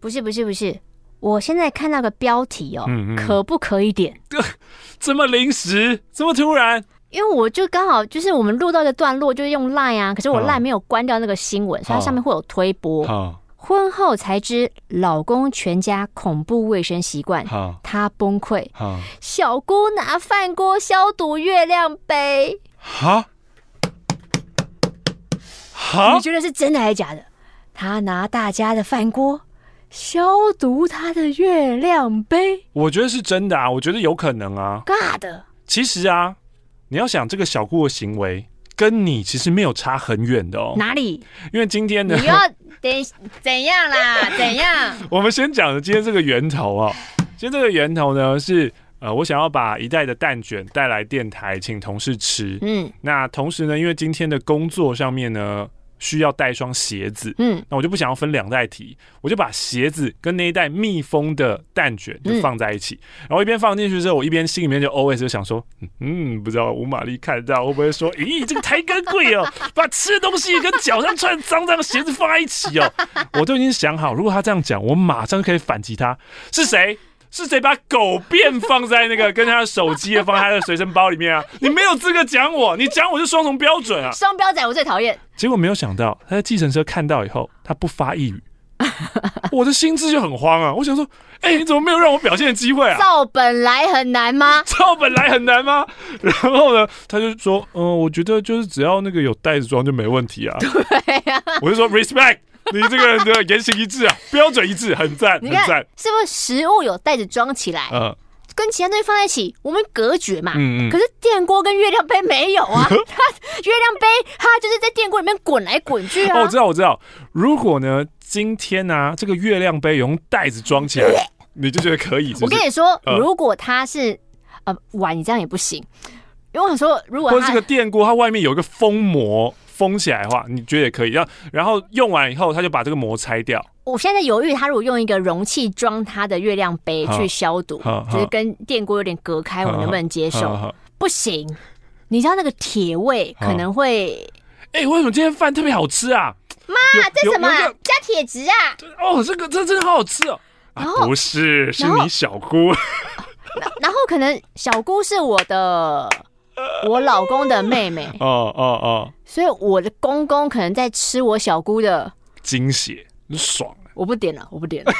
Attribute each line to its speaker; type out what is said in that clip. Speaker 1: 不是不是不是，我现在看那个标题哦，
Speaker 2: 嗯嗯嗯
Speaker 1: 可不可以点？
Speaker 2: 这么临时，这么突然，
Speaker 1: 因为我就刚好就是我们录到一个段落，就是用 Line 啊，可是我
Speaker 2: 哦
Speaker 1: Line 没有关掉那个新闻，所以它上面会有推播。
Speaker 2: 好
Speaker 1: 婚后才知老公全家恐怖卫生习惯，
Speaker 2: 好
Speaker 1: 她崩溃，
Speaker 2: 好
Speaker 1: 小姑拿饭锅消毒月亮杯。
Speaker 2: 好好啊
Speaker 1: 你，觉得是真的还是假的？她拿大家的饭锅消毒她的月亮杯，
Speaker 2: 我觉得是真的啊，我觉得有可能啊。
Speaker 1: 尬的。
Speaker 2: 其实啊，你要想这个小姑的行为。跟你其实没有差很远的哦，
Speaker 1: 哪里？
Speaker 2: 因为今 天呢，
Speaker 1: 你要等怎样 啦？怎样？
Speaker 2: 我们先讲今天这个源头哦，今天这个源头呢是呃，我想要把一袋的蛋卷带来电台，请同事吃。
Speaker 1: 嗯
Speaker 2: 那同时呢，因为今天的工作上面呢需要带一双鞋子，
Speaker 1: 嗯
Speaker 2: 那我就不想要分两袋提，我就把鞋子跟那一袋密封的蛋卷就放在一起，然后一边放进去之后，我一边心里面就 always 就想说，嗯嗯，不知道吴玛丽看到会不会说，咦，这个台根贵哦，把吃的东西跟脚上穿的脏脏的鞋子放在一起哦，我都已经想好，如果他这样讲，我马上就可以反击他，是谁？是谁把狗便放在那个跟他的手机放在他的随身包里面啊？你没有资格讲我，你讲我是双重标准啊！
Speaker 1: 双标仔我最讨厌。
Speaker 2: 结果没有想到，他在计程车看到以后，他不发一语， 我的心智就很慌啊！我想说，哎、你怎么没有让我表现的机会啊？
Speaker 1: 造本来很难吗？
Speaker 2: 照本来很难吗？ 然后呢，他就说，嗯、我觉得就是只要那个有袋子装就没问题啊。
Speaker 1: 对呀、
Speaker 2: 我就说 respect，你这个人的言行一致啊， 标准一致，很赞，
Speaker 1: 你
Speaker 2: 很
Speaker 1: 看
Speaker 2: 赞。
Speaker 1: 是不是食物有袋子装起来，
Speaker 2: 嗯
Speaker 1: 跟其他东西放在一起，我们隔绝嘛？
Speaker 2: 嗯
Speaker 1: 可
Speaker 2: 嗯，
Speaker 1: 是电锅跟月亮杯没有 啊，它月亮杯它就是在电锅里面滚来滚去啊。
Speaker 2: 哦，我知道，我知道。如果呢，今天呢、这个月亮杯有用袋子装起 来，你就觉得可以是
Speaker 1: 我
Speaker 2: 不是
Speaker 1: 跟？你说，
Speaker 2: 呃
Speaker 1: 如果它是呃碗，你这样也不行。因为我想说，如果
Speaker 2: 或者
Speaker 1: 它
Speaker 2: 这个电锅它外面有一个封膜封起来的话，你觉得也可以。然后然后用完以后，他就把这个膜拆掉。
Speaker 1: 我现在在犹豫，它如果用一个容器装它的月亮杯
Speaker 2: 好
Speaker 1: 去消毒
Speaker 2: 好，
Speaker 1: 就是
Speaker 2: 好
Speaker 1: 跟电锅有点隔开，我
Speaker 2: 好
Speaker 1: 能不能接
Speaker 2: 好
Speaker 1: 受？
Speaker 2: 好
Speaker 1: 不行，你知道那个铁味可
Speaker 2: 好
Speaker 1: 能会
Speaker 2: 哎、为什么今天饭特别好吃啊？妈，
Speaker 1: 这什么
Speaker 2: 有
Speaker 1: 啊
Speaker 2: 有一
Speaker 1: 加铁质啊？
Speaker 2: 个哦，这个这真的好好吃哦。啊
Speaker 1: 然，后
Speaker 2: 不是，是
Speaker 1: 然后
Speaker 2: 你小姑。
Speaker 1: 然后可能小姑是我的我老公的妹妹，
Speaker 2: 哦哦哦，
Speaker 1: 所以我的公公可能在吃我小姑的，
Speaker 2: 惊血，很爽。
Speaker 1: 我不点了，我不点了。